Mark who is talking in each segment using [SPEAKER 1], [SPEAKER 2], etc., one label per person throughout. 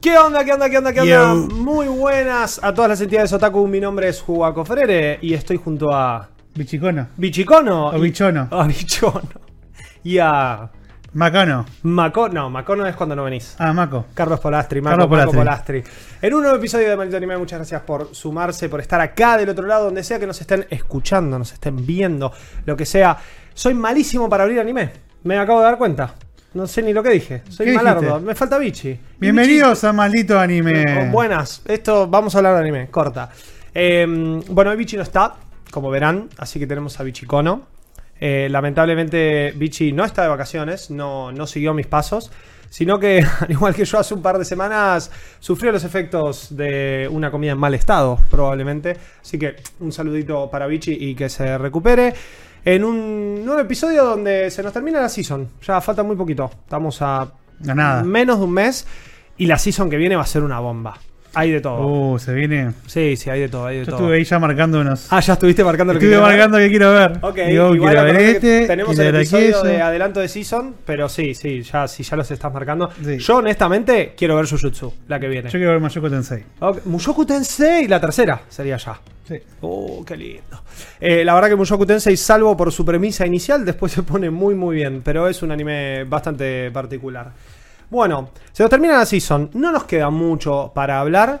[SPEAKER 1] ¿Qué onda? ¿Qué onda? ¿Qué onda? ¿Qué onda?
[SPEAKER 2] Yo.
[SPEAKER 1] Muy buenas a todas las entidades Otaku. Mi nombre es Juaco Frere y estoy junto a
[SPEAKER 2] Bichicona.
[SPEAKER 1] Bichicono.
[SPEAKER 2] O
[SPEAKER 1] y-
[SPEAKER 2] bichono.
[SPEAKER 1] A Bichono. Y a
[SPEAKER 2] Macano.
[SPEAKER 1] Macono. No, Macono es cuando no venís.
[SPEAKER 2] Ah, Maco.
[SPEAKER 1] Carlos Polastri, Marco,
[SPEAKER 2] Carlos
[SPEAKER 1] Marco Polastri.
[SPEAKER 2] Polastri.
[SPEAKER 1] En un nuevo episodio de Maldito Anime, muchas gracias por sumarse, por estar acá del otro lado, donde sea que nos estén escuchando, nos estén viendo, lo que sea. Soy malísimo para abrir anime, me acabo de dar cuenta. No sé ni lo que dije, soy
[SPEAKER 2] ¿Qué
[SPEAKER 1] malardo,
[SPEAKER 2] dijiste?
[SPEAKER 1] me falta bichi.
[SPEAKER 2] Bienvenidos a Maldito
[SPEAKER 1] Bichi,
[SPEAKER 2] Anime.
[SPEAKER 1] Oh, Buenas, esto vamos a hablar de anime, corta. Eh, bueno, hoy bichi no está, como verán, así que tenemos a Bichicono. Eh, lamentablemente Bichi no está de vacaciones, no, no siguió mis pasos, sino que, al igual que yo hace un par de semanas, sufrió los efectos de una comida en mal estado, probablemente. Así que un saludito para Bichi y que se recupere. En un nuevo episodio donde se nos termina la season, ya falta muy poquito, estamos a
[SPEAKER 2] A nada.
[SPEAKER 1] menos de un mes y la season que viene va a ser una bomba. Hay de todo.
[SPEAKER 2] Uh, se viene.
[SPEAKER 1] Sí, sí, hay de todo, hay de
[SPEAKER 2] Yo
[SPEAKER 1] todo.
[SPEAKER 2] estuve ahí ya marcando unos.
[SPEAKER 1] Ah, ya estuviste marcando lo que
[SPEAKER 2] estuve
[SPEAKER 1] quería ver.
[SPEAKER 2] marcando que quiero ver.
[SPEAKER 1] Ok,
[SPEAKER 2] Digo,
[SPEAKER 1] igual
[SPEAKER 2] quiero ver
[SPEAKER 1] acordate que
[SPEAKER 2] este.
[SPEAKER 1] tenemos el
[SPEAKER 2] quiero ver
[SPEAKER 1] episodio
[SPEAKER 2] aquello.
[SPEAKER 1] de adelanto de season, pero sí, sí, ya si ya los estás marcando.
[SPEAKER 2] Sí.
[SPEAKER 1] Yo honestamente quiero ver Jujutsu, la que viene.
[SPEAKER 2] Yo quiero ver Mayoko Tensei.
[SPEAKER 1] Ok, Mushoku Tensei, la tercera sería ya.
[SPEAKER 2] Sí.
[SPEAKER 1] Oh, qué lindo. Eh, la verdad que Mushoku Tensei, salvo por su premisa inicial, después se pone muy muy bien, pero es un anime bastante particular. Bueno, se nos termina la season. No nos queda mucho para hablar.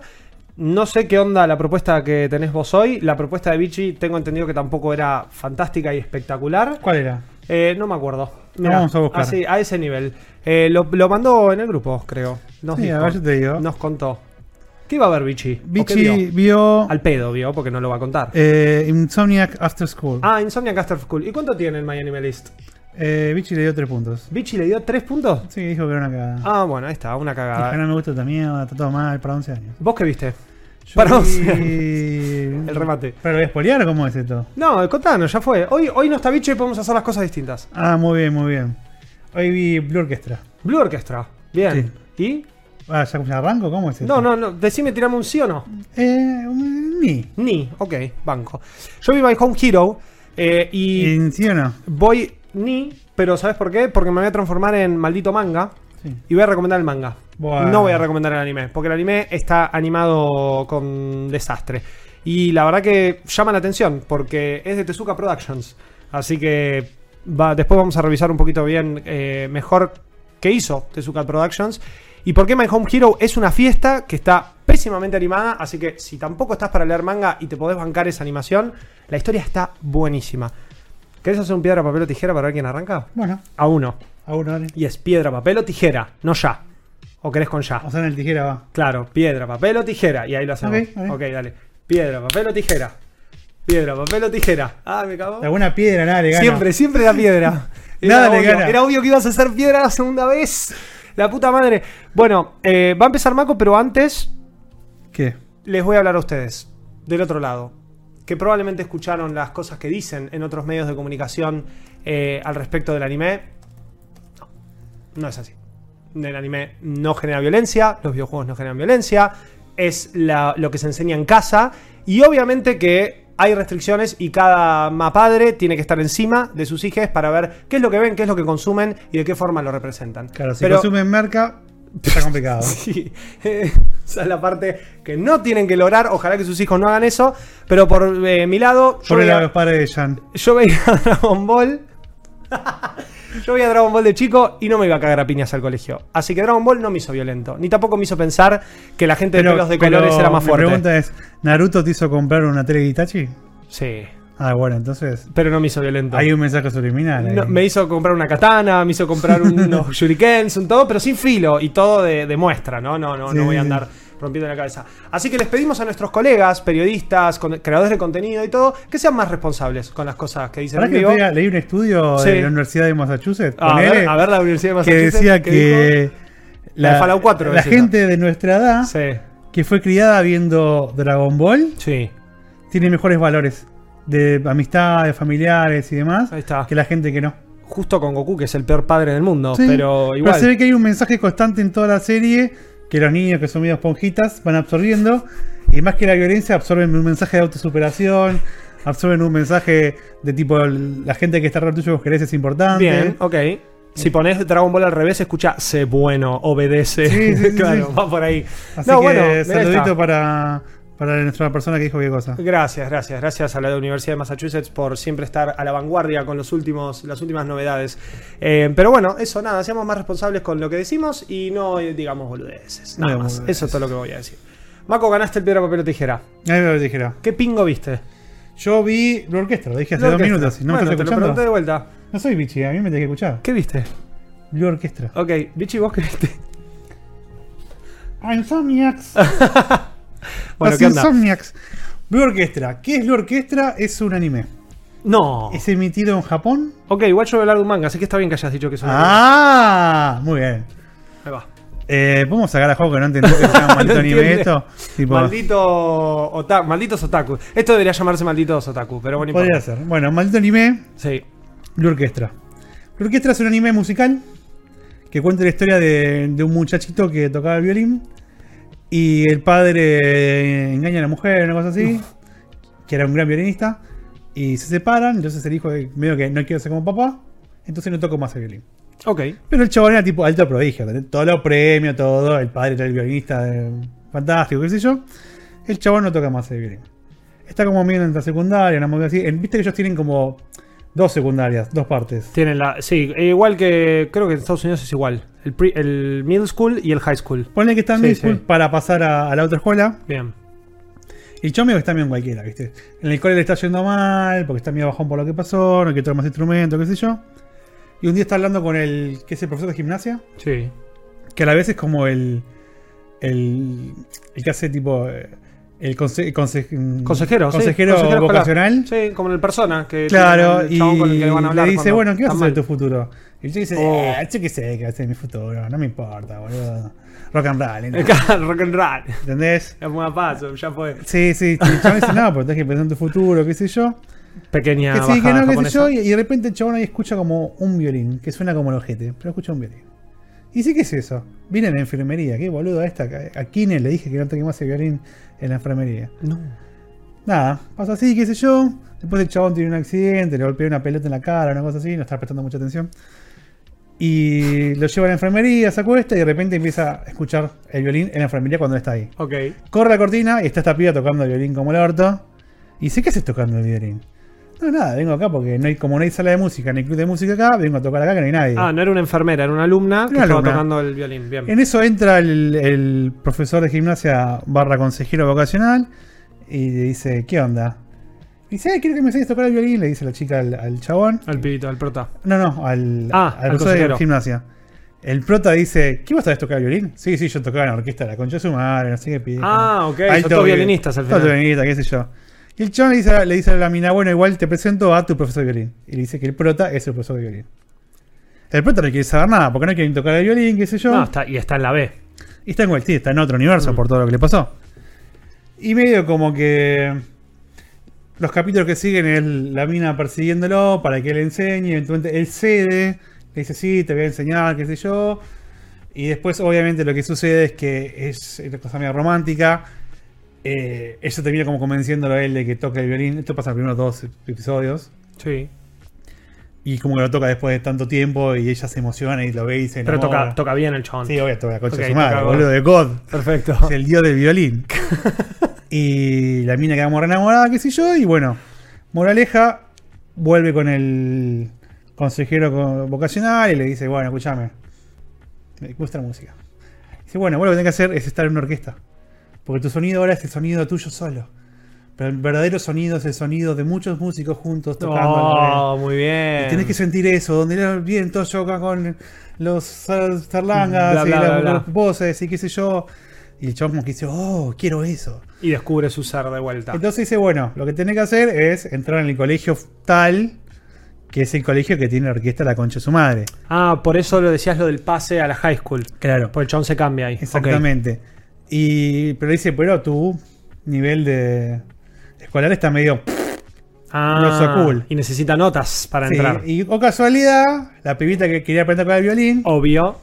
[SPEAKER 1] No sé qué onda la propuesta que tenés vos hoy. La propuesta de Vichy tengo entendido que tampoco era fantástica y espectacular.
[SPEAKER 2] ¿Cuál era?
[SPEAKER 1] Eh, no me acuerdo.
[SPEAKER 2] La vamos a buscar.
[SPEAKER 1] así, a ese nivel. Eh, lo, lo mandó en el grupo, creo. Nos,
[SPEAKER 2] Sí, a
[SPEAKER 1] dijo.
[SPEAKER 2] ver, yo te digo.
[SPEAKER 1] nos contó. ¿Qué iba a ver Vichy? ¿O qué
[SPEAKER 2] Bichi
[SPEAKER 1] vio?
[SPEAKER 2] vio.
[SPEAKER 1] Al pedo, vio, porque no lo va a contar.
[SPEAKER 2] eh, Insomniac After School.
[SPEAKER 1] Ah, Insomnia Caster School. ¿Y cuánto tiene el My Anime List?
[SPEAKER 2] Eh, Bichi le dio tres puntos.
[SPEAKER 1] ¿Bichi le dio 3 puntos?
[SPEAKER 2] Sí, dijo que era una cagada.
[SPEAKER 1] Ah, bueno, ahí está, una
[SPEAKER 2] Dijo,
[SPEAKER 1] cagada.
[SPEAKER 2] no me gusta también, está todo mal, para 11 años.
[SPEAKER 1] ¿Vos qué viste?
[SPEAKER 2] Yo
[SPEAKER 1] Para 11
[SPEAKER 2] vi-
[SPEAKER 1] El remate.
[SPEAKER 2] ¿Pero lo voy a spoilear o cómo es esto?
[SPEAKER 1] No, contanos, ya fue. Hoy, hoy no está Bichi y podemos hacer las cosas distintas.
[SPEAKER 2] Ah, muy bien, muy bien. Hoy vi Blue Orchestra.
[SPEAKER 1] Blue Orchestra. Bien.
[SPEAKER 2] Ah, ¿ya ya arranco? ¿Cómo es
[SPEAKER 1] ¿Y?
[SPEAKER 2] esto?
[SPEAKER 1] No, no, no. Decime, tirame un sí o no.
[SPEAKER 2] Eh, un- ni.
[SPEAKER 1] Ni. Ok, banco. Yo vi My Home Hero eh, y
[SPEAKER 2] ¿En sí o no?
[SPEAKER 1] voy ni, pero ¿sabes por qué? Porque me voy a transformar en maldito manga.
[SPEAKER 2] Sí.
[SPEAKER 1] Y voy a recomendar el manga.
[SPEAKER 2] Bueno.
[SPEAKER 1] No voy a recomendar el anime, porque el anime está animado con desastre. Y la verdad que llama la atención, porque es de Tezuka Productions. Así que va- después vamos a revisar un poquito bien eh, mejor qué hizo Tezuka Productions. Y por qué My Home Hero es una fiesta que está pésimamente animada. Así que si tampoco estás para leer manga y te podés bancar esa animación, la historia está buenísima. ¿Querés hacer un piedra, papel o tijera para ver quién arranca?
[SPEAKER 2] Bueno,
[SPEAKER 1] A uno.
[SPEAKER 2] a uno, dale.
[SPEAKER 1] Y es piedra, papel o tijera, no ya. O querés con ya.
[SPEAKER 2] O sea, en el tijera va.
[SPEAKER 1] Claro, piedra, papel o tijera. Y ahí lo hacemos.
[SPEAKER 2] Ok, ok.
[SPEAKER 1] Ok, dale. Piedra, papel o tijera. Piedra, papel o tijera. Ah, me cago.
[SPEAKER 2] Alguna piedra, nada, le gano.
[SPEAKER 1] Siempre, siempre la piedra. Era,
[SPEAKER 2] Nada le
[SPEAKER 1] obvio,
[SPEAKER 2] gana.
[SPEAKER 1] era obvio que ibas a hacer piedra la segunda vez. La puta madre. Bueno, eh, va a empezar Mako, pero antes
[SPEAKER 2] ¿Qué?
[SPEAKER 1] les voy a hablar a ustedes, del otro lado, que probablemente escucharon las cosas que dicen en otros medios de comunicación eh, al respecto del anime. No, no es así. El anime no genera violencia, los videojuegos no generan violencia, es la- lo que se enseña en casa y obviamente que hay restricciones y cada ma padre tiene que estar encima de sus hijos para ver qué es lo que ven, qué es lo que consumen y de qué forma lo representan.
[SPEAKER 2] Claro, si
[SPEAKER 1] Pero-
[SPEAKER 2] consumen merca, está complicado.
[SPEAKER 1] Sí, eh, esa es la parte que no tienen que lograr. Ojalá que sus hijos no hagan eso. Pero por eh, mi lado, yo
[SPEAKER 2] Por el
[SPEAKER 1] veía,
[SPEAKER 2] los padres de Jan.
[SPEAKER 1] yo veía Dragon Ball. yo veía Dragon Ball de chico y no me iba a cagar a piñas al colegio. Así que Dragon Ball no me hizo violento. Ni tampoco me hizo pensar que la gente de pelos de
[SPEAKER 2] pero
[SPEAKER 1] colores era más
[SPEAKER 2] mi
[SPEAKER 1] fuerte.
[SPEAKER 2] pregunta es, ¿Naruto te hizo comprar una tele de Itachi?
[SPEAKER 1] Sí,
[SPEAKER 2] Ah, bueno, entonces
[SPEAKER 1] pero no me hizo violento.
[SPEAKER 2] hay un mensaje subliminal. ahí.
[SPEAKER 1] No, me hizo comprar una katana, me hizo comprar un- unos shurikens, un todo, pero sin filo y todo de, de muestra, ¿no? No, no,
[SPEAKER 2] Sí,
[SPEAKER 1] no voy a
[SPEAKER 2] sí, sí.
[SPEAKER 1] andar rompiendo la cabeza. Así que les pedimos a nuestros colegas, periodistas, con- creadores de contenido y todo, que sean más responsables con las cosas que dicen
[SPEAKER 2] ¿Sabés
[SPEAKER 1] en
[SPEAKER 2] que
[SPEAKER 1] vivo.
[SPEAKER 2] otro día leí un estudio
[SPEAKER 1] Sí.
[SPEAKER 2] de la Universidad de Massachusetts?
[SPEAKER 1] A
[SPEAKER 2] ponele,
[SPEAKER 1] ver, a ver la Universidad de
[SPEAKER 2] que
[SPEAKER 1] Massachusetts.
[SPEAKER 2] decía
[SPEAKER 1] ¿qué dijo?
[SPEAKER 2] que
[SPEAKER 1] La de Fallout 4
[SPEAKER 2] la
[SPEAKER 1] es esa.
[SPEAKER 2] gente de nuestra edad
[SPEAKER 1] Sí.
[SPEAKER 2] que fue criada viendo Dragon Ball,
[SPEAKER 1] Sí.
[SPEAKER 2] tiene mejores valores de amistad, de familiares y demás
[SPEAKER 1] Ahí está.
[SPEAKER 2] que la gente que no.
[SPEAKER 1] Justo con Goku, que es el peor padre del mundo,
[SPEAKER 2] Sí,
[SPEAKER 1] pero igual.
[SPEAKER 2] se ve que hay un mensaje constante en toda la serie que los niños que son medio esponjitas van absorbiendo y más que la violencia absorben un mensaje de autosuperación, absorben un mensaje de tipo el- la gente que está alrededor tuyo vos querés es importante.
[SPEAKER 1] Bien, ok. Si pones Dragon Ball al revés, escucha, sé bueno, obedece.
[SPEAKER 2] Sí, sí, sí,
[SPEAKER 1] claro,
[SPEAKER 2] sí.
[SPEAKER 1] va por ahí.
[SPEAKER 2] Así
[SPEAKER 1] no,
[SPEAKER 2] que
[SPEAKER 1] bueno, mirá
[SPEAKER 2] saludito
[SPEAKER 1] esta.
[SPEAKER 2] para, para nuestra persona que dijo qué cosa.
[SPEAKER 1] Gracias, gracias, gracias a la Universidad de Massachusetts por siempre estar a la vanguardia con los últimos, las últimas novedades. Eh, pero bueno, eso nada, seamos más responsables con lo que decimos y no eh, digamos boludeces. Nada
[SPEAKER 2] No
[SPEAKER 1] más.
[SPEAKER 2] digamos
[SPEAKER 1] Eso es todo lo que voy a decir. Maco, ganaste el piedra, papel o tijera.
[SPEAKER 2] Ahí me lo dijera.
[SPEAKER 1] ¿Qué pingo viste?
[SPEAKER 2] Yo vi la orquesta, lo dije hace
[SPEAKER 1] La
[SPEAKER 2] dos
[SPEAKER 1] orquesta.
[SPEAKER 2] minutos. Si no me
[SPEAKER 1] Bueno, te
[SPEAKER 2] estás
[SPEAKER 1] lo pregunté de
[SPEAKER 2] escuchando.
[SPEAKER 1] vuelta.
[SPEAKER 2] No soy bichi, a mí me tenés que escuchar.
[SPEAKER 1] ¿Qué viste?
[SPEAKER 2] La orquesta.
[SPEAKER 1] Ok, Bichi, ¿vos qué viste?
[SPEAKER 2] Insomniacs.
[SPEAKER 1] Ah. Bueno,
[SPEAKER 2] Los
[SPEAKER 1] ¿qué onda?
[SPEAKER 2] Insomniacs. Blue Orchestra. ¿Qué es Blue Orchestra? Es un anime.
[SPEAKER 1] No.
[SPEAKER 2] Es emitido en Japón.
[SPEAKER 1] Ok, igual yo voy a hablar de un manga, así que está bien que hayas dicho que es un anime.
[SPEAKER 2] ¡Ah! Muy bien.
[SPEAKER 1] Ahí va.
[SPEAKER 2] Eh, ¿Podemos sacar a juego que no entendió que sea un maldito
[SPEAKER 1] No
[SPEAKER 2] anime
[SPEAKER 1] entiende.
[SPEAKER 2] esto? Tipo,
[SPEAKER 1] Maldito ota- malditos otaku. Esto debería llamarse malditos otaku, pero bueno,
[SPEAKER 2] podría
[SPEAKER 1] importa.
[SPEAKER 2] ser. Bueno, maldito anime,
[SPEAKER 1] Sí.
[SPEAKER 2] Blue Orchestra. Blue Orchestra es un anime musical que cuenta la historia de, de un muchachito que tocaba el violín y el padre engaña a la mujer, una cosa así, que era un gran violinista, y se separan, entonces el hijo eh, medio que no quiero ser como papá, entonces no toco más el violín.
[SPEAKER 1] Ok.
[SPEAKER 2] Pero el chabón era tipo alto prodigio, tenía todos los premios, todo, el padre era el violinista, eh, fantástico, qué sé yo. El chabón no toca más el violín. Está como medio en la secundaria, una movida así. En- Viste que ellos tienen como dos secundarias, dos partes.
[SPEAKER 1] Tienen la. Sí, e igual que. Creo que en Estados Unidos es igual. El, pre- el middle school y el high school.
[SPEAKER 2] Ponle que están
[SPEAKER 1] Sí,
[SPEAKER 2] en school
[SPEAKER 1] sí.
[SPEAKER 2] para pasar a, a la otra escuela.
[SPEAKER 1] Bien.
[SPEAKER 2] Y el chabón medio que está medio en cualquiera, ¿viste? En el cole le está yendo mal, porque está medio bajón por lo que pasó, no quiere tocar más instrumentos, qué sé yo. Y un día está hablando con el que es el profesor de gimnasia.
[SPEAKER 1] Sí.
[SPEAKER 2] Que a la vez es como el. El, el que hace tipo. eh, El, conse- conse- mm,
[SPEAKER 1] Consejero, sí.
[SPEAKER 2] consejero
[SPEAKER 1] escolar.
[SPEAKER 2] vocacional.
[SPEAKER 1] Sí, como en el persona. Que
[SPEAKER 2] Claro,
[SPEAKER 1] tiene el
[SPEAKER 2] y
[SPEAKER 1] chabón con el que van a
[SPEAKER 2] le
[SPEAKER 1] hablar
[SPEAKER 2] dice,
[SPEAKER 1] cuando
[SPEAKER 2] bueno, ¿qué vas a
[SPEAKER 1] están
[SPEAKER 2] hacer de tu
[SPEAKER 1] mal.
[SPEAKER 2] futuro? Y el chico dice,
[SPEAKER 1] Oh.
[SPEAKER 2] "Ah, yo qué sé qué va a ser mi futuro, no me importa, boludo. Rock and roll, ¿no?
[SPEAKER 1] Claro, Rock and roll.
[SPEAKER 2] ¿entendés?
[SPEAKER 1] Es muy a paso, ya fue.
[SPEAKER 2] Sí, sí, sí, el chabón dice, no, pero tenés que pensar en tu futuro, qué sé yo.
[SPEAKER 1] Pequeña.
[SPEAKER 2] que sí, que
[SPEAKER 1] bajada
[SPEAKER 2] no, qué
[SPEAKER 1] japonesa.
[SPEAKER 2] sé yo. Y, y de repente el chabón ahí escucha como un violín, que suena como el ojete, pero escucha un violín. Y sí, ¿qué es eso? Vine a la enfermería, qué boludo esta. A Kine le dije que no toque más el violín en la enfermería.
[SPEAKER 1] No.
[SPEAKER 2] Nada, pasa así, qué sé yo. Después el chabón tiene un accidente, le golpea una pelota en la cara, una cosa así, no está prestando mucha atención. Y lo lleva a la enfermería, se acuesta y de repente empieza a escuchar el violín en la enfermería cuando está ahí.
[SPEAKER 1] Ok.
[SPEAKER 2] Corre la cortina y está esta piba tocando el violín como el orto. Y dice, ¿qué haces tocando el violín? No, nada, vengo acá porque no hay, como no hay sala de música, ni club de música acá, vengo a tocar acá que no hay nadie.
[SPEAKER 1] Ah, no era una enfermera, era una alumna que
[SPEAKER 2] Una
[SPEAKER 1] estaba
[SPEAKER 2] alumna.
[SPEAKER 1] tocando el violín. Bien.
[SPEAKER 2] En eso entra el, el profesor de gimnasia barra consejero vocacional y le dice, ¿qué onda? Y dice, ay, quiero que me enseñes a tocar el violín, le dice la chica al, al chabón.
[SPEAKER 1] Al pibito, al prota.
[SPEAKER 2] No, no, al,
[SPEAKER 1] Ah, al
[SPEAKER 2] al profesor
[SPEAKER 1] consejero.
[SPEAKER 2] de gimnasia. El prota dice, ¿qué vos sabés tocar el violín? Sí, sí, yo tocaba en la orquesta, de la concha de su madre, no sé qué pide.
[SPEAKER 1] Ah, ok, son todos violinistas al final.
[SPEAKER 2] Todos violinistas, qué sé yo. Y el chabón le dice, a- le dice a la mina, bueno, igual te presento a tu profesor de violín. Y le dice que el prota es el profesor de violín. El prota no quiere saber nada, porque no quiere ni tocar el violín, qué sé yo.
[SPEAKER 1] No, está, y está en la B.
[SPEAKER 2] Y está en cual- sí, está en otro
[SPEAKER 1] Mm.
[SPEAKER 2] universo por todo lo que le pasó. Y medio como que. Los capítulos que siguen es la mina persiguiéndolo para que le enseñe. Eventualmente él cede. Le dice, sí, te voy a enseñar, qué sé yo. Y después, obviamente, lo que sucede es que es una cosa medio romántica. Eh, ella termina como convenciéndolo a él de que toque el violín. Esto pasa en los primeros dos episodios.
[SPEAKER 1] Sí.
[SPEAKER 2] Y como que lo toca después de tanto tiempo. Y ella se emociona y lo ve y se
[SPEAKER 1] Pero toca,
[SPEAKER 2] enamora.
[SPEAKER 1] toca bien el chabón.
[SPEAKER 2] Sí, obvio, toca la concha
[SPEAKER 1] Ok,
[SPEAKER 2] de su madre,
[SPEAKER 1] toca-
[SPEAKER 2] boludo, de God.
[SPEAKER 1] Perfecto.
[SPEAKER 2] Es el dios del violín. y la mina queda re enamorada, qué sé yo. Y bueno, Moraleja vuelve con el consejero co- vocacional y le dice, bueno, escúchame, me gusta la música. Dice, bueno, vos lo que tenés que hacer es estar en una orquesta. Porque tu sonido ahora es el sonido tuyo solo. Pero el verdadero sonido es el sonido de muchos músicos juntos tocando.
[SPEAKER 1] Oh, muy bien.
[SPEAKER 2] Y tenés que sentir eso, donde los vientos chocan con los zar- zarlangas
[SPEAKER 1] Bla,
[SPEAKER 2] y
[SPEAKER 1] bla,
[SPEAKER 2] las
[SPEAKER 1] bla, bla.
[SPEAKER 2] las voces y qué sé yo. Y el chabón como que dice, oh, quiero eso.
[SPEAKER 1] Y descubre su ser de vuelta.
[SPEAKER 2] Entonces dice, bueno, lo que tenés que hacer es entrar en el colegio tal, que es el colegio que tiene la orquesta La Concha de su Madre.
[SPEAKER 1] ah, por eso lo decías lo del pase a la high school.
[SPEAKER 2] Claro.
[SPEAKER 1] Porque el chabón se cambia ahí. Ok.
[SPEAKER 2] Exactamente. Y, pero dice, pero tu nivel de escolar está medio...
[SPEAKER 1] Ah,
[SPEAKER 2] No está cool.
[SPEAKER 1] Y necesita notas para
[SPEAKER 2] Sí,
[SPEAKER 1] entrar.
[SPEAKER 2] y o casualidad, la pibita que quería aprender con el violín
[SPEAKER 1] Oh. Obvio.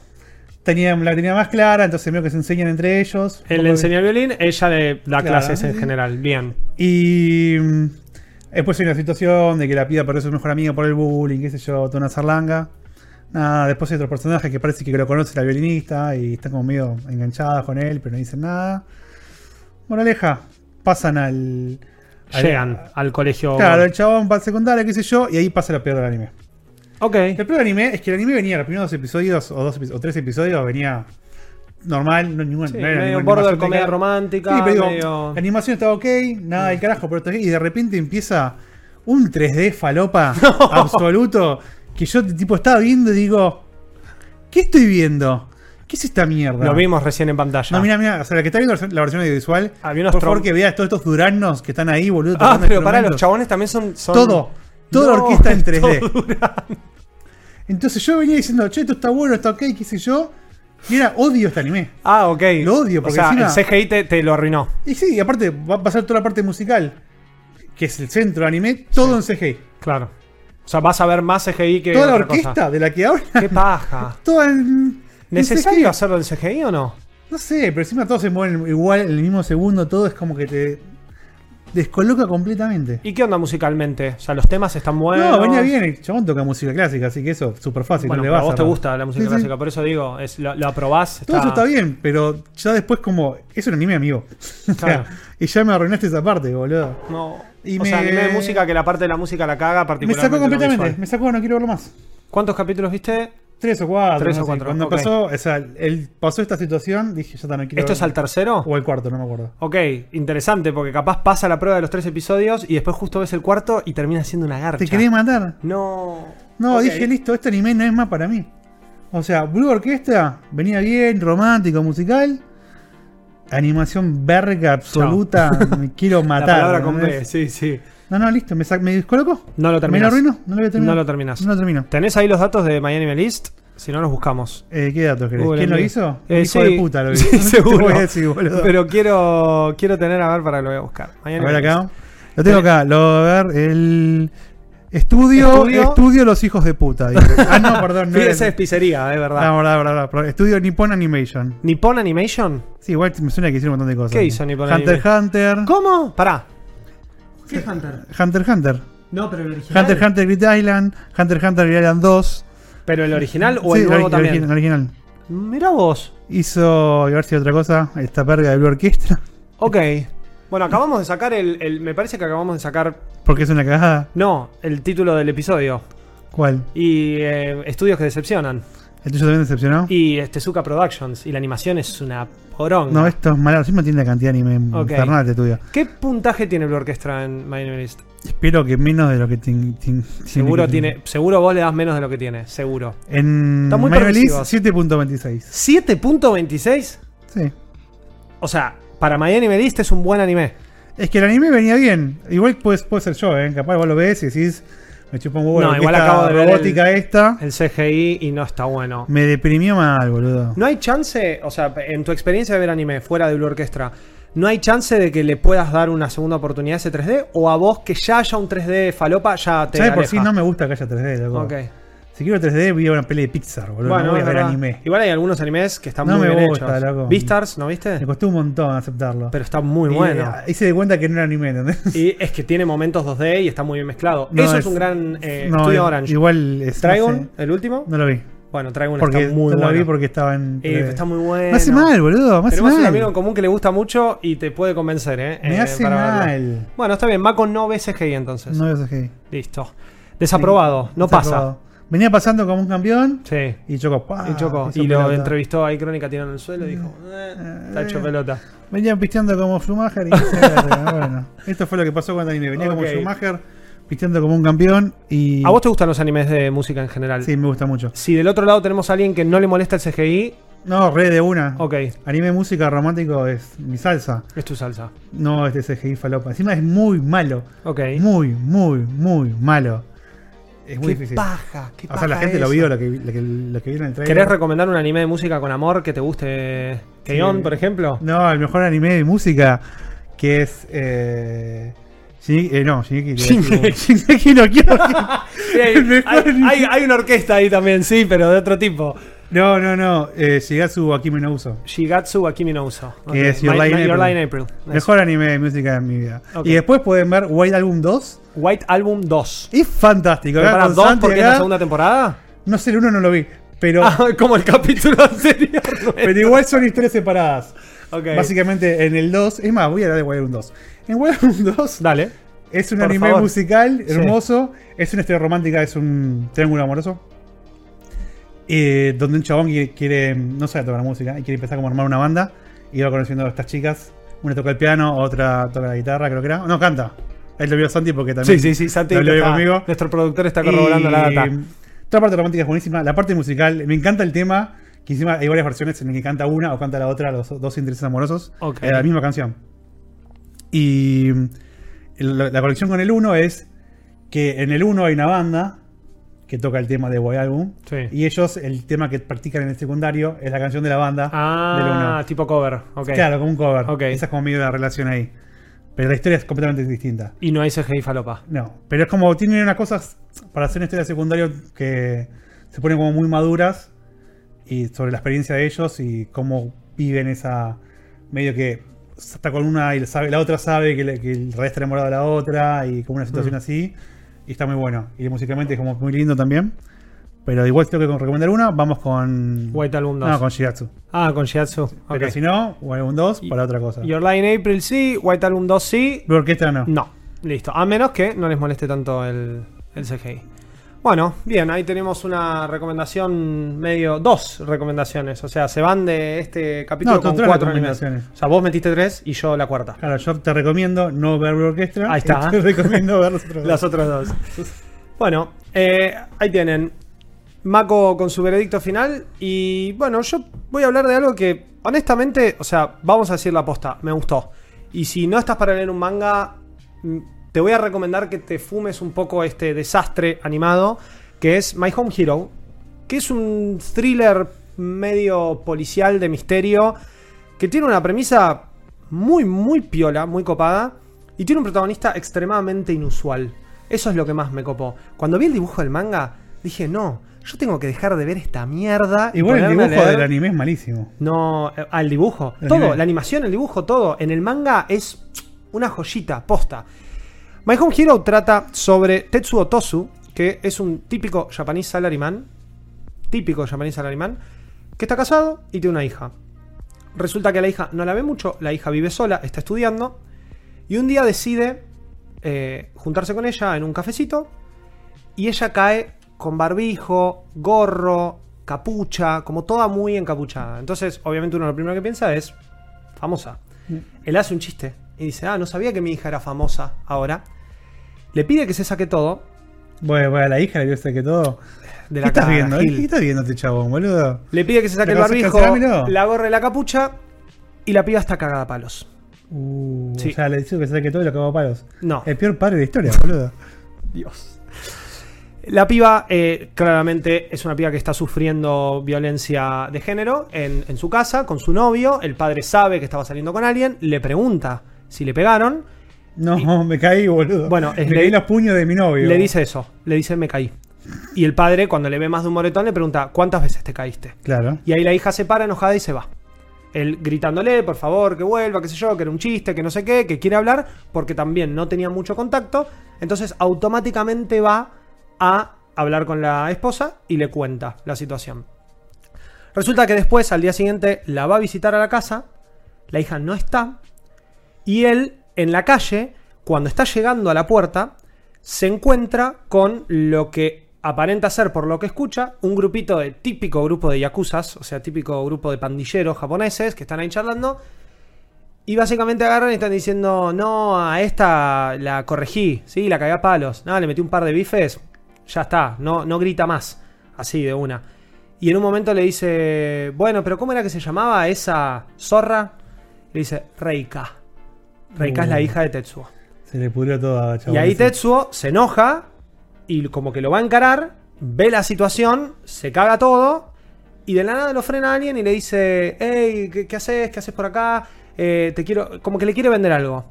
[SPEAKER 2] tenía, la tenía más clara, entonces veo que se enseñan entre ellos.
[SPEAKER 1] Él le enseña el violín, ella le da
[SPEAKER 2] Claro.
[SPEAKER 1] clases en general. Bien.
[SPEAKER 2] Y mm, después hay una situación de que la piba perdió a su mejor amiga por el bullying, qué sé yo, toda una zarlanga. Nada, después hay otro personaje que parece que lo conoce la violinista y están como medio enganchadas con él, pero no dicen nada. Moraleja, pasan al. al-
[SPEAKER 1] Llegan al colegio.
[SPEAKER 2] Claro, el chabón va al secundario, qué sé yo, y ahí pasa lo peor del anime.
[SPEAKER 1] Ok.
[SPEAKER 2] El peor del anime es que el anime venía, los primeros dos episodios o dos epi- o tres episodios venía normal, no, ninguna,
[SPEAKER 1] Sí,
[SPEAKER 2] no era
[SPEAKER 1] medio
[SPEAKER 2] ninguna
[SPEAKER 1] border,
[SPEAKER 2] animación
[SPEAKER 1] comedia
[SPEAKER 2] técnica.
[SPEAKER 1] romántica.
[SPEAKER 2] Sí, pero digo,
[SPEAKER 1] medio-
[SPEAKER 2] la animación estaba ok, nada del carajo, pero y de repente empieza un 3D falopa absoluto que yo tipo estaba viendo y digo, ¿qué estoy viendo? ¿Qué es esta mierda?
[SPEAKER 1] Lo vimos recién en pantalla. Ah,
[SPEAKER 2] No, mira, mira, o sea, la que está viendo la versión- la versión audiovisual,
[SPEAKER 1] Había unos
[SPEAKER 2] por favor
[SPEAKER 1] trom-
[SPEAKER 2] que veas todos estos duraznos que están ahí, boludo.
[SPEAKER 1] ah,
[SPEAKER 2] tocando
[SPEAKER 1] pero pará, los
[SPEAKER 2] instrumentos.
[SPEAKER 1] chabones también son. son-
[SPEAKER 2] este Todo, toda
[SPEAKER 1] No,
[SPEAKER 2] la orquesta en
[SPEAKER 1] es
[SPEAKER 2] 3D.
[SPEAKER 1] todo dura.
[SPEAKER 2] Entonces yo venía diciendo, che, esto está bueno, está ok, qué sé yo. Y era odio este anime.
[SPEAKER 1] Ah, ok.
[SPEAKER 2] Lo odio, porque
[SPEAKER 1] O sea,
[SPEAKER 2] encima-
[SPEAKER 1] el CGI te, te lo arruinó.
[SPEAKER 2] Y sí, y aparte va a pasar toda la parte musical, que es el centro del anime, todo en CGI.
[SPEAKER 1] Claro. O sea, vas a ver más CGI que.
[SPEAKER 2] toda la
[SPEAKER 1] otra cosa.
[SPEAKER 2] orquesta de la que habla,
[SPEAKER 1] Qué paja.
[SPEAKER 2] toda en.
[SPEAKER 1] ¿Necesario
[SPEAKER 2] en CGI.
[SPEAKER 1] hacerlo en CGI o no?
[SPEAKER 2] No sé, pero encima todos se mueven igual en el mismo segundo, todo es como que te descoloca completamente.
[SPEAKER 1] ¿Y qué onda musicalmente? O sea, los temas están buenos.
[SPEAKER 2] No, venía bien, el chabón toca música clásica, así que eso, súper fácil.
[SPEAKER 1] Bueno,
[SPEAKER 2] no le
[SPEAKER 1] pero
[SPEAKER 2] vas
[SPEAKER 1] a vos te
[SPEAKER 2] errar.
[SPEAKER 1] gusta la música
[SPEAKER 2] Sí, sí.
[SPEAKER 1] clásica, por eso digo, es, lo, lo aprobás.
[SPEAKER 2] Todo eso está bien, pero ya después como... Es un anime amigo. O sea,
[SPEAKER 1] Claro.
[SPEAKER 2] y ya me arruinaste esa parte, boludo.
[SPEAKER 1] No.
[SPEAKER 2] Y
[SPEAKER 1] o sea,
[SPEAKER 2] me-
[SPEAKER 1] anime de música que la parte de la música la caga
[SPEAKER 2] Me
[SPEAKER 1] particularmente.
[SPEAKER 2] sacó
[SPEAKER 1] lo
[SPEAKER 2] completamente,
[SPEAKER 1] visual.
[SPEAKER 2] me sacó, no quiero verlo más.
[SPEAKER 1] ¿Cuántos capítulos viste?
[SPEAKER 2] Tres o cuatro.
[SPEAKER 1] Tres
[SPEAKER 2] no
[SPEAKER 1] o
[SPEAKER 2] sé.
[SPEAKER 1] cuatro,
[SPEAKER 2] Cuando
[SPEAKER 1] ok.
[SPEAKER 2] pasó, o sea, él pasó esta situación, dije, ya está, no quiero
[SPEAKER 1] ¿Esto es al
[SPEAKER 2] verlo.
[SPEAKER 1] tercero?
[SPEAKER 2] O al cuarto, no me acuerdo.
[SPEAKER 1] Ok, interesante, porque capaz pasa la prueba de los tres episodios y después justo ves el cuarto y termina siendo una garcha.
[SPEAKER 2] Te quería matar.
[SPEAKER 1] No.
[SPEAKER 2] No,
[SPEAKER 1] Ok.
[SPEAKER 2] dije, listo, este anime no es más para mí. O sea, Blue Orquesta venía bien, romántico, musical. Animación verga absoluta, me quiero
[SPEAKER 1] La
[SPEAKER 2] matar.
[SPEAKER 1] palabra con
[SPEAKER 2] ¿entendés?
[SPEAKER 1] B, sí, sí.
[SPEAKER 2] No, no, listo, me, sac- me descolocó.
[SPEAKER 1] No lo terminás.
[SPEAKER 2] ¿Me lo arruino? No lo voy a terminar.
[SPEAKER 1] No lo terminás.
[SPEAKER 2] No lo termino.
[SPEAKER 1] ¿Tenés ahí los datos de Miami List? Si no, los buscamos.
[SPEAKER 2] Eh, ¿Qué datos querés?
[SPEAKER 1] Google
[SPEAKER 2] ¿Quién lo
[SPEAKER 1] News.
[SPEAKER 2] hizo?
[SPEAKER 1] Eh,
[SPEAKER 2] Un
[SPEAKER 1] sí,
[SPEAKER 2] hijo de puta lo hizo.
[SPEAKER 1] sí,
[SPEAKER 2] No te
[SPEAKER 1] seguro.
[SPEAKER 2] voy a decir, boludo.
[SPEAKER 1] Pero quiero, quiero tener a ver para que lo voy a buscar.
[SPEAKER 2] A
[SPEAKER 1] Mañana
[SPEAKER 2] ver
[SPEAKER 1] veremos.
[SPEAKER 2] acá. Lo tengo acá. Lo a ver. El. Estudio,
[SPEAKER 1] Estudio.
[SPEAKER 2] estudio. los hijos de puta. dice. ah, no, perdón. No
[SPEAKER 1] Fui,
[SPEAKER 2] era-
[SPEAKER 1] esa es pizzería, es verdad.
[SPEAKER 2] Ah, verdad, verdad, verdad, perdón. Estudio Nippon Animation.
[SPEAKER 1] ¿Nippon Animation?
[SPEAKER 2] Sí, igual me suena que hicieron un montón de cosas.
[SPEAKER 1] ¿Qué hizo Nippon
[SPEAKER 2] Hunter
[SPEAKER 1] Animation?
[SPEAKER 2] Hunter.
[SPEAKER 1] ¿Cómo? Pará.
[SPEAKER 2] Hunter Hunter.
[SPEAKER 1] No, pero el original.
[SPEAKER 2] Hunter Hunter Great Island. Hunter Hunter Great Island 2.
[SPEAKER 1] ¿Pero el original o
[SPEAKER 2] Sí,
[SPEAKER 1] el
[SPEAKER 2] el
[SPEAKER 1] nuevo
[SPEAKER 2] ori-
[SPEAKER 1] también?
[SPEAKER 2] origi- original.
[SPEAKER 1] Mirá vos.
[SPEAKER 2] Hizo. A ver si otra cosa. Esta verga de Blue Orquestra.
[SPEAKER 1] Ok. Bueno, acabamos de sacar el, el- Me parece que acabamos de sacar.
[SPEAKER 2] Porque es una cagada.
[SPEAKER 1] No, el título del episodio.
[SPEAKER 2] ¿Cuál?
[SPEAKER 1] Y eh, estudios que decepcionan.
[SPEAKER 2] ¿El tuyo también decepcionó?
[SPEAKER 1] Y este Suka Productions. Y la animación es una poronga.
[SPEAKER 2] No, esto es malo. Encima tiene la cantidad de anime
[SPEAKER 1] Ok.
[SPEAKER 2] infernal este tuyo.
[SPEAKER 1] ¿Qué puntaje tiene la orquesta en My Name List?
[SPEAKER 2] Espero que menos de lo que tin- tin- tiene
[SPEAKER 1] Seguro
[SPEAKER 2] que
[SPEAKER 1] tiene, seguro vos le das menos de lo que tiene, seguro.
[SPEAKER 2] En
[SPEAKER 1] Está muy
[SPEAKER 2] My Name
[SPEAKER 1] permisivo.
[SPEAKER 2] List, 7.26.
[SPEAKER 1] 7.26,
[SPEAKER 2] Sí.
[SPEAKER 1] o sea, para My Anime List es un buen anime.
[SPEAKER 2] Es que el anime venía bien. Igual puede, puede ser yo, ¿eh? Capaz vos lo ves y decís, me chupa un huevo
[SPEAKER 1] No,
[SPEAKER 2] la
[SPEAKER 1] igual
[SPEAKER 2] orquesta
[SPEAKER 1] acabo de ver
[SPEAKER 2] robótica esta.
[SPEAKER 1] El CGI y no está bueno.
[SPEAKER 2] Me deprimió mal, boludo.
[SPEAKER 1] No hay chance, o sea, en tu experiencia de ver anime fuera de Blue Orchestra, ¿no hay chance de que le puedas dar una segunda oportunidad a ese 3D? ¿O a vos que ya haya un 3D falopa ya te
[SPEAKER 2] ya de por
[SPEAKER 1] aleja?
[SPEAKER 2] sí no me gusta que haya 3D, loco.
[SPEAKER 1] Ok.
[SPEAKER 2] Si quiero 3D, voy a una peli de Pixar, boludo.
[SPEAKER 1] Bueno,
[SPEAKER 2] no voy
[SPEAKER 1] es
[SPEAKER 2] a ver
[SPEAKER 1] verdad.
[SPEAKER 2] anime.
[SPEAKER 1] Igual hay algunos animes que están
[SPEAKER 2] No
[SPEAKER 1] muy
[SPEAKER 2] me
[SPEAKER 1] bien
[SPEAKER 2] gusta,
[SPEAKER 1] hechos.
[SPEAKER 2] loco.
[SPEAKER 1] Beastars, ¿no viste?
[SPEAKER 2] Me costó un montón aceptarlo.
[SPEAKER 1] Pero está muy
[SPEAKER 2] Y,
[SPEAKER 1] bueno.
[SPEAKER 2] eh, Ahí se de cuenta que no era anime, ¿entendés?
[SPEAKER 1] Y es que tiene momentos 2D y está muy bien mezclado.
[SPEAKER 2] No,
[SPEAKER 1] Eso es,
[SPEAKER 2] es-
[SPEAKER 1] un gran eh,
[SPEAKER 2] No,
[SPEAKER 1] estudio
[SPEAKER 2] i-
[SPEAKER 1] Orange.
[SPEAKER 2] Igual es.
[SPEAKER 1] Dragon,
[SPEAKER 2] No, sé.
[SPEAKER 1] el último.
[SPEAKER 2] No lo vi.
[SPEAKER 1] Bueno, Dragon
[SPEAKER 2] Porque
[SPEAKER 1] está muy
[SPEAKER 2] no
[SPEAKER 1] bueno.
[SPEAKER 2] lo vi porque estaba en.
[SPEAKER 1] Eh,
[SPEAKER 2] 3D.
[SPEAKER 1] está muy bueno.
[SPEAKER 2] Me hace mal, boludo. Me hace
[SPEAKER 1] Tenemos un
[SPEAKER 2] mal.
[SPEAKER 1] amigo en común que le gusta mucho y te puede convencer, ¿eh?
[SPEAKER 2] Me
[SPEAKER 1] Eh,
[SPEAKER 2] hace
[SPEAKER 1] para verlo.
[SPEAKER 2] mal.
[SPEAKER 1] Bueno, está bien. Mako no ve CGI entonces.
[SPEAKER 2] No veo CGI.
[SPEAKER 1] Listo. Desaprobado. No pasa.
[SPEAKER 2] Desaprobado. Venía pasando como un campeón
[SPEAKER 1] Sí.
[SPEAKER 2] y chocó. pa,
[SPEAKER 1] y chocó.
[SPEAKER 2] hizo
[SPEAKER 1] Y lo
[SPEAKER 2] pelota.
[SPEAKER 1] entrevistó ahí, Crónica tiró en el suelo y dijo: eh, Está hecho pelota.
[SPEAKER 2] Venía pisteando como Schumacher y no sé, bueno. Esto fue lo que pasó cuando anime. Venía
[SPEAKER 1] Ok.
[SPEAKER 2] como Schumacher, pisteando como un campeón y.
[SPEAKER 1] ¿A vos te gustan los animes de música en general?
[SPEAKER 2] Sí, me gusta mucho.
[SPEAKER 1] Si del otro lado tenemos a alguien que no le molesta el CGI,
[SPEAKER 2] No, re de una.
[SPEAKER 1] ok,
[SPEAKER 2] Anime música romántico es mi salsa.
[SPEAKER 1] es tu salsa.
[SPEAKER 2] No este CGI falopa. Encima es muy malo.
[SPEAKER 1] Ok.
[SPEAKER 2] Muy, muy, muy malo. Es muy
[SPEAKER 1] qué
[SPEAKER 2] difícil.
[SPEAKER 1] paja, qué
[SPEAKER 2] O sea, la
[SPEAKER 1] paja
[SPEAKER 2] gente lo
[SPEAKER 1] eso.
[SPEAKER 2] vio, lo que, lo que, lo que vieron en el trailer.
[SPEAKER 1] ¿Querés recomendar un anime de música con amor que te guste? Keon, por ejemplo.
[SPEAKER 2] No, el mejor anime de música, que es. Eh, Shingeki- eh, no, Shingeki. te iba a decir, Shingeki no Kyojin.
[SPEAKER 1] Sí, hay,
[SPEAKER 2] El mejor
[SPEAKER 1] hay-
[SPEAKER 2] anime.
[SPEAKER 1] hay- hay una orquesta ahí también, sí, pero de otro tipo.
[SPEAKER 2] No, no, no. Eh, Shigatsu Akimi no Uso.
[SPEAKER 1] Shigatsu wa Kimi no Uso. Ok,
[SPEAKER 2] Que es Your
[SPEAKER 1] My-
[SPEAKER 2] Lie in
[SPEAKER 1] My- Your
[SPEAKER 2] April.
[SPEAKER 1] Lie in April. Eso.
[SPEAKER 2] Mejor anime de música de mi vida.
[SPEAKER 1] Ok.
[SPEAKER 2] Y después pueden ver White Album 2.
[SPEAKER 1] White Album 2.
[SPEAKER 2] Es fantástico.
[SPEAKER 1] ¿Pero
[SPEAKER 2] Acá
[SPEAKER 1] para
[SPEAKER 2] con
[SPEAKER 1] dos
[SPEAKER 2] Santi
[SPEAKER 1] porque es
[SPEAKER 2] acá,
[SPEAKER 1] la segunda temporada?
[SPEAKER 2] No sé, el uno no lo vi. Pero,
[SPEAKER 1] Ah, como el capítulo anterior. ¿no?
[SPEAKER 2] pero igual son historias separadas.
[SPEAKER 1] Ok.
[SPEAKER 2] Básicamente en el 2. Es más, voy a hablar de White Album 2. En White Album 2
[SPEAKER 1] Dale.
[SPEAKER 2] es un
[SPEAKER 1] Por
[SPEAKER 2] anime
[SPEAKER 1] favor.
[SPEAKER 2] musical
[SPEAKER 1] Sí.
[SPEAKER 2] hermoso. Es una historia romántica, es un triángulo amoroso. Eh, donde un chabón que quiere, no sabe tocar música y quiere empezar como a armar una banda. Y va conociendo a estas chicas. Una toca el piano, otra toca la guitarra, creo que era. No, canta. Ahí lo vio Santi porque también.
[SPEAKER 1] Sí, sí, sí. Santi
[SPEAKER 2] lo vio
[SPEAKER 1] está-
[SPEAKER 2] conmigo.
[SPEAKER 1] Nuestro productor está corroborando
[SPEAKER 2] Y,
[SPEAKER 1] la data.
[SPEAKER 2] Toda la parte romántica es buenísima. La parte musical, me encanta el tema. Que encima hay varias versiones en las que canta una o canta la otra, los dos intereses amorosos.
[SPEAKER 1] Ok.
[SPEAKER 2] eh, la misma canción. Y mm, la, la conexión con el 1 es que en el 1 hay una banda que toca el tema de Boy Album.
[SPEAKER 1] Sí.
[SPEAKER 2] Y ellos, el tema que practican en el secundario es la canción de la banda del
[SPEAKER 1] Ah,
[SPEAKER 2] 1.
[SPEAKER 1] tipo cover. Ok.
[SPEAKER 2] Claro, como un cover.
[SPEAKER 1] Ok.
[SPEAKER 2] Esa es como medio la relación ahí. Pero la historia es completamente distinta.
[SPEAKER 1] Y no hay CGI falopa.
[SPEAKER 2] No, pero es como tienen unas cosas para hacer una historia secundaria que se ponen como muy maduras y sobre la experiencia de ellos y cómo viven esa medio que está con una y la, sabe- la otra sabe que, le- que el rey está enamorado de la otra y como una situación
[SPEAKER 1] Mm.
[SPEAKER 2] así y está muy bueno y musicalmente es como muy lindo también pero igual si tengo que recomendar una vamos con
[SPEAKER 1] White Album 2.
[SPEAKER 2] no con Shigatsu
[SPEAKER 1] Ah, con Shiatsu. Ok.
[SPEAKER 2] pero si no o algún dos
[SPEAKER 1] Y-
[SPEAKER 2] para otra cosa
[SPEAKER 1] Your Lie in April sí, White Album 2 sí,
[SPEAKER 2] Pero orquesta no
[SPEAKER 1] No, listo. A menos que no les moleste tanto el, el CGI. Bueno, bien, ahí tenemos una recomendación medio. Dos recomendaciones. O sea, se van de este capítulo
[SPEAKER 2] No,
[SPEAKER 1] con
[SPEAKER 2] todas
[SPEAKER 1] cuatro
[SPEAKER 2] recomendaciones.
[SPEAKER 1] animes. O sea, vos metiste tres y yo la cuarta.
[SPEAKER 2] Claro, yo te recomiendo no ver orquesta.
[SPEAKER 1] Ahí está.
[SPEAKER 2] Te recomiendo ver los otros dos.
[SPEAKER 1] Las otras dos. Bueno, eh, ahí tienen. Mako con su veredicto final. Y bueno, yo voy a hablar de algo que, honestamente, o sea, vamos a decir la posta, me gustó. Y si no estás para leer un manga, mm, te voy a recomendar que te fumes un poco este desastre animado, que es My Home Hero, que es un thriller medio policial de misterio, que tiene una premisa muy, muy piola, muy copada, y tiene un protagonista extremadamente inusual. Eso es lo que más me copó. Cuando vi el dibujo del manga, dije, no, yo tengo que dejar de ver esta mierda. y
[SPEAKER 2] Igual el
[SPEAKER 1] ponerme a
[SPEAKER 2] dibujo
[SPEAKER 1] leer".
[SPEAKER 2] del anime es malísimo.
[SPEAKER 1] No, eh, al dibujo.
[SPEAKER 2] El
[SPEAKER 1] todo,
[SPEAKER 2] anime.
[SPEAKER 1] la animación, el dibujo, todo. En el manga es una joyita, posta. My Home Hero trata sobre Tetsuo Tosu, que es un típico japonés salaryman. Típico japonés salaryman. Que está casado y tiene una hija. Resulta que la hija no la ve mucho, la hija vive sola, está estudiando. Y un día decide eh, juntarse con ella en un cafecito. Y ella cae con barbijo, gorro, capucha, como toda muy encapuchada. Entonces, obviamente, uno lo primero que piensa es famosa.
[SPEAKER 2] Mm.
[SPEAKER 1] Él hace un chiste y dice: Ah, no sabía que mi hija era famosa ahora. Le pide que se saque todo
[SPEAKER 2] Bueno, bueno, la hija le vio que todo.
[SPEAKER 1] de
[SPEAKER 2] ¿Qué
[SPEAKER 1] la
[SPEAKER 2] estás
[SPEAKER 1] cara,
[SPEAKER 2] viendo?
[SPEAKER 1] Gil.
[SPEAKER 2] ¿Qué estás viendo este chabón, boludo?
[SPEAKER 1] Le pide que se saque el
[SPEAKER 2] ¿Te acabas de
[SPEAKER 1] barbijo,
[SPEAKER 2] cancelarlo?
[SPEAKER 1] la gorra y la capucha. Y la piba está cagada a palos.
[SPEAKER 2] Uh,
[SPEAKER 1] Sí.
[SPEAKER 2] O sea, le dice que se saque todo y lo acabó a palos.
[SPEAKER 1] No.
[SPEAKER 2] El peor padre de la historia, boludo.
[SPEAKER 1] Dios. La piba eh, claramente es una piba que está sufriendo violencia de género en, en su casa con su novio. El padre sabe que estaba saliendo con alguien, le pregunta si le pegaron.
[SPEAKER 2] No, me caí, boludo.
[SPEAKER 1] Bueno,
[SPEAKER 2] me
[SPEAKER 1] es-
[SPEAKER 2] caí
[SPEAKER 1] le-
[SPEAKER 2] en los puños de mi novio.
[SPEAKER 1] Le dice eso, le dice me caí. Y el padre cuando le ve más de un moretón le pregunta ¿cuántas veces te caíste?
[SPEAKER 2] Claro.
[SPEAKER 1] Y ahí la hija se para enojada y se va. Él gritándole, por favor, que vuelva, qué sé yo, que era un chiste, que no sé qué, que quiere hablar, porque también no tenía mucho contacto. Entonces automáticamente va a hablar con la esposa y le cuenta la situación. Resulta que después, al día siguiente, la va a visitar a la casa, la hija no está, y él, en la calle, cuando está llegando a la puerta, se encuentra con lo que aparenta ser, por lo que escucha, un grupito de típico grupo de yakuzas, o sea, típico grupo de pandilleros japoneses que están ahí charlando. Y básicamente agarran y están diciendo, no, a esta la corregí, sí, la cagué a palos. Nada, le metí un par de bifes, ya está, no, no grita más. Así de una. Y en un momento le dice, bueno, pero ¿cómo era que se llamaba esa zorra? Le dice, Reika. Reika es la
[SPEAKER 2] Uh.
[SPEAKER 1] hija de Tetsuo.
[SPEAKER 2] Se le pudrió todo a chabón.
[SPEAKER 1] Y ahí
[SPEAKER 2] ese.
[SPEAKER 1] Tetsuo se enoja y como que lo va a encarar, ve la situación, se caga todo Y de la nada lo frena alguien y le dice, hey, ¿qué, qué haces? ¿Qué haces por acá? Eh, te quiero, como que le quiere vender algo.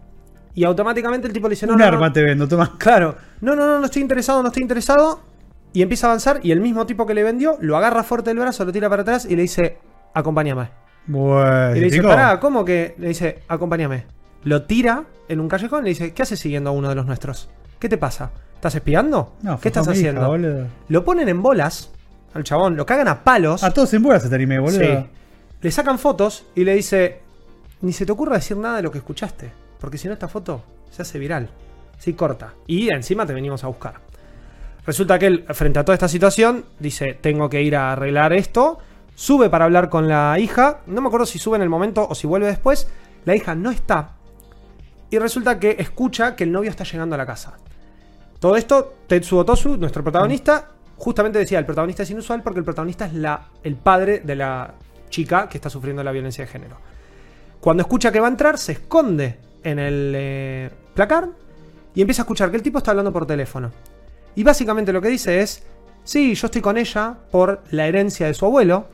[SPEAKER 1] Y automáticamente el tipo le dice, no,
[SPEAKER 2] un
[SPEAKER 1] no,
[SPEAKER 2] arma
[SPEAKER 1] no,
[SPEAKER 2] te vendo, toma.
[SPEAKER 1] Claro, no, no, no, no estoy interesado, no estoy interesado. Y empieza a avanzar y el mismo tipo que le vendió lo agarra fuerte del brazo, lo tira para atrás y le dice, acompáñame.
[SPEAKER 2] Bueno,
[SPEAKER 1] Y le dice,
[SPEAKER 2] chico.
[SPEAKER 1] pará, ¿cómo que? Le dice, acompáñame. Lo tira en un callejón y le dice, ¿qué haces siguiendo a uno de los nuestros? ¿Qué te pasa? ¿Estás espiando?
[SPEAKER 2] No,
[SPEAKER 1] ¿Qué
[SPEAKER 2] fue
[SPEAKER 1] estás
[SPEAKER 2] mi hija,
[SPEAKER 1] haciendo?
[SPEAKER 2] boludo.
[SPEAKER 1] lo ponen en bolas al chabón, lo cagan a palos.
[SPEAKER 2] A todos en bolas este anime, boludo.
[SPEAKER 1] Sí. Le sacan fotos y le dice, ni se te ocurra decir nada de lo que escuchaste, porque si no esta foto se hace viral. Sí, corta. Y encima te venimos a buscar. Resulta que él, frente a toda esta situación, dice, tengo que ir a arreglar esto. Sube para hablar con la hija. No me acuerdo si sube en el momento o si vuelve después. La hija no está. Y resulta que escucha que el novio está llegando a la casa. Todo esto, Tetsuo Tosu, nuestro protagonista, justamente decía, el protagonista es inusual porque el protagonista es la, el padre de la chica que está sufriendo la violencia de género. Cuando escucha que va a entrar, se esconde en el eh, placar y empieza a escuchar que el tipo está hablando por teléfono. Y básicamente lo que dice es, sí, yo estoy con ella por la herencia de su abuelo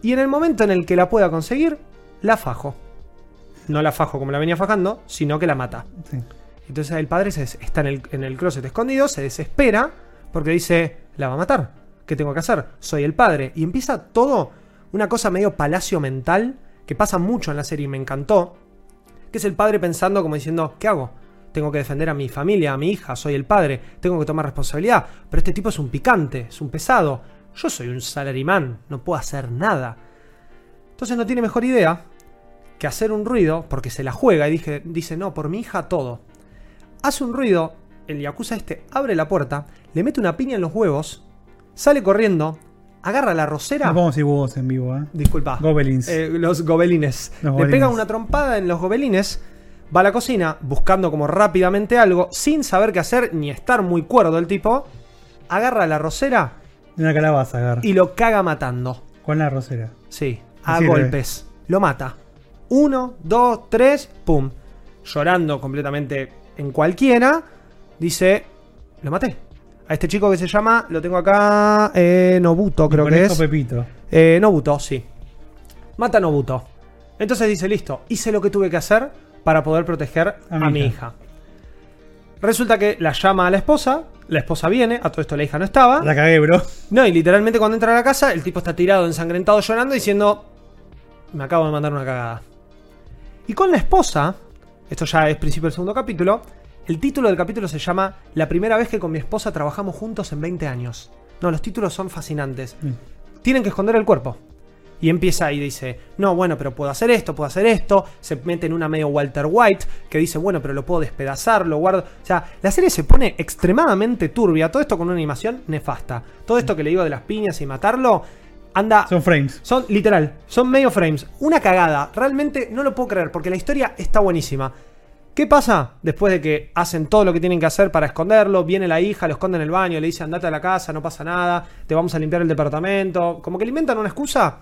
[SPEAKER 1] y en el momento en el que la pueda conseguir, la fajo. No la fajo como la venía fajando, sino que la mata.
[SPEAKER 2] Sí.
[SPEAKER 1] Entonces el padre se, está en el, en el closet escondido, se desespera porque dice, la va a matar. ¿Qué tengo que hacer? Soy el padre. Y empieza todo una cosa medio palacio mental que pasa mucho en la serie y me encantó. Que es el padre pensando como diciendo, ¿qué hago? Tengo que defender a mi familia, a mi hija, soy el padre, tengo que tomar responsabilidad. Pero este tipo es un picante, es un pesado. Yo soy un salarimán, no puedo hacer nada. Entonces no tiene mejor idea que hacer un ruido, porque se la juega y dije, dice, no, por mi hija todo hace un ruido, el Yakuza este abre la puerta, le mete una piña en los huevos, sale corriendo, agarra la rosera.
[SPEAKER 2] Nos vamos a ir huevos en vivo, eh.
[SPEAKER 1] Disculpa.
[SPEAKER 2] Gobelins.
[SPEAKER 1] Eh, los gobelines.
[SPEAKER 2] Los
[SPEAKER 1] Le
[SPEAKER 2] gobelines.
[SPEAKER 1] pega una trompada en los gobelines. Va a la cocina buscando como rápidamente algo, sin saber qué hacer ni estar muy cuerdo el tipo. Agarra la rosera
[SPEAKER 2] De una calabaza, agarra.
[SPEAKER 1] y lo caga matando.
[SPEAKER 2] Con la rosera.
[SPEAKER 1] Sí, a
[SPEAKER 2] Así es. eh.
[SPEAKER 1] golpes. Lo mata. Uno, dos, tres, pum. Llorando completamente en cualquiera. Dice, lo maté. A este chico que se llama, lo tengo acá, eh, Nobuto creo
[SPEAKER 2] Con
[SPEAKER 1] que
[SPEAKER 2] esto
[SPEAKER 1] es.
[SPEAKER 2] Pepito.
[SPEAKER 1] Eh, Nobuto, sí. Mata a Nobuto. Entonces dice, listo, hice lo que tuve que hacer para poder proteger a,
[SPEAKER 2] A mi
[SPEAKER 1] mi hija.
[SPEAKER 2] hija.
[SPEAKER 1] Resulta que la llama a la esposa, la esposa viene, a todo esto la hija no estaba.
[SPEAKER 2] La cagué, bro.
[SPEAKER 1] No, y literalmente cuando entra a la casa, el tipo está tirado, ensangrentado, llorando, diciendo, me acabo de mandar una cagada. Y con la esposa, esto ya es principio del segundo capítulo, el título del capítulo se llama La primera vez que con mi esposa trabajamos juntos en 20 años. No, los títulos son fascinantes. Tienen que esconder el cuerpo. Y empieza y dice, no, bueno, pero puedo hacer esto, puedo hacer esto. Se mete en una medio Walter White que dice, bueno, pero lo puedo despedazar, lo guardo. O sea, la serie se pone extremadamente turbia. Todo esto con una animación nefasta. Todo esto que le digo de las piñas y matarlo, anda...
[SPEAKER 2] Son frames.
[SPEAKER 1] Son, literal, son medio frames. Una cagada. Realmente no lo puedo creer porque la historia está buenísima. ¿Qué pasa después de que hacen todo lo que tienen que hacer para esconderlo? Viene la hija, lo esconde en el baño, le dice andate a la casa, no pasa nada, te vamos a limpiar el departamento. Como que le inventan una excusa.